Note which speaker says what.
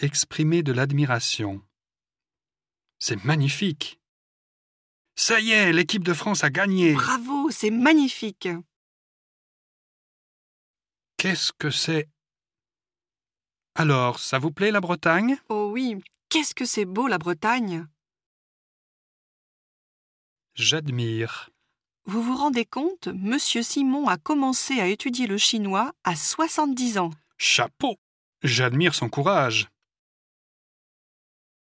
Speaker 1: exprimer de l'admiration. C'est magnifique. Ça y est, l'équipe de France a gagné.
Speaker 2: Bravo, c'est magnifique.
Speaker 1: Qu'est-ce que c'est Alors, ça vous plaît la Bretagne
Speaker 2: Oh oui, qu'est-ce que c'est beau la Bretagne
Speaker 1: J'admire.
Speaker 2: Vous vous rendez compte, monsieur Simon a commencé à étudier le chinois à 70 ans.
Speaker 1: Chapeau J'admire son courage.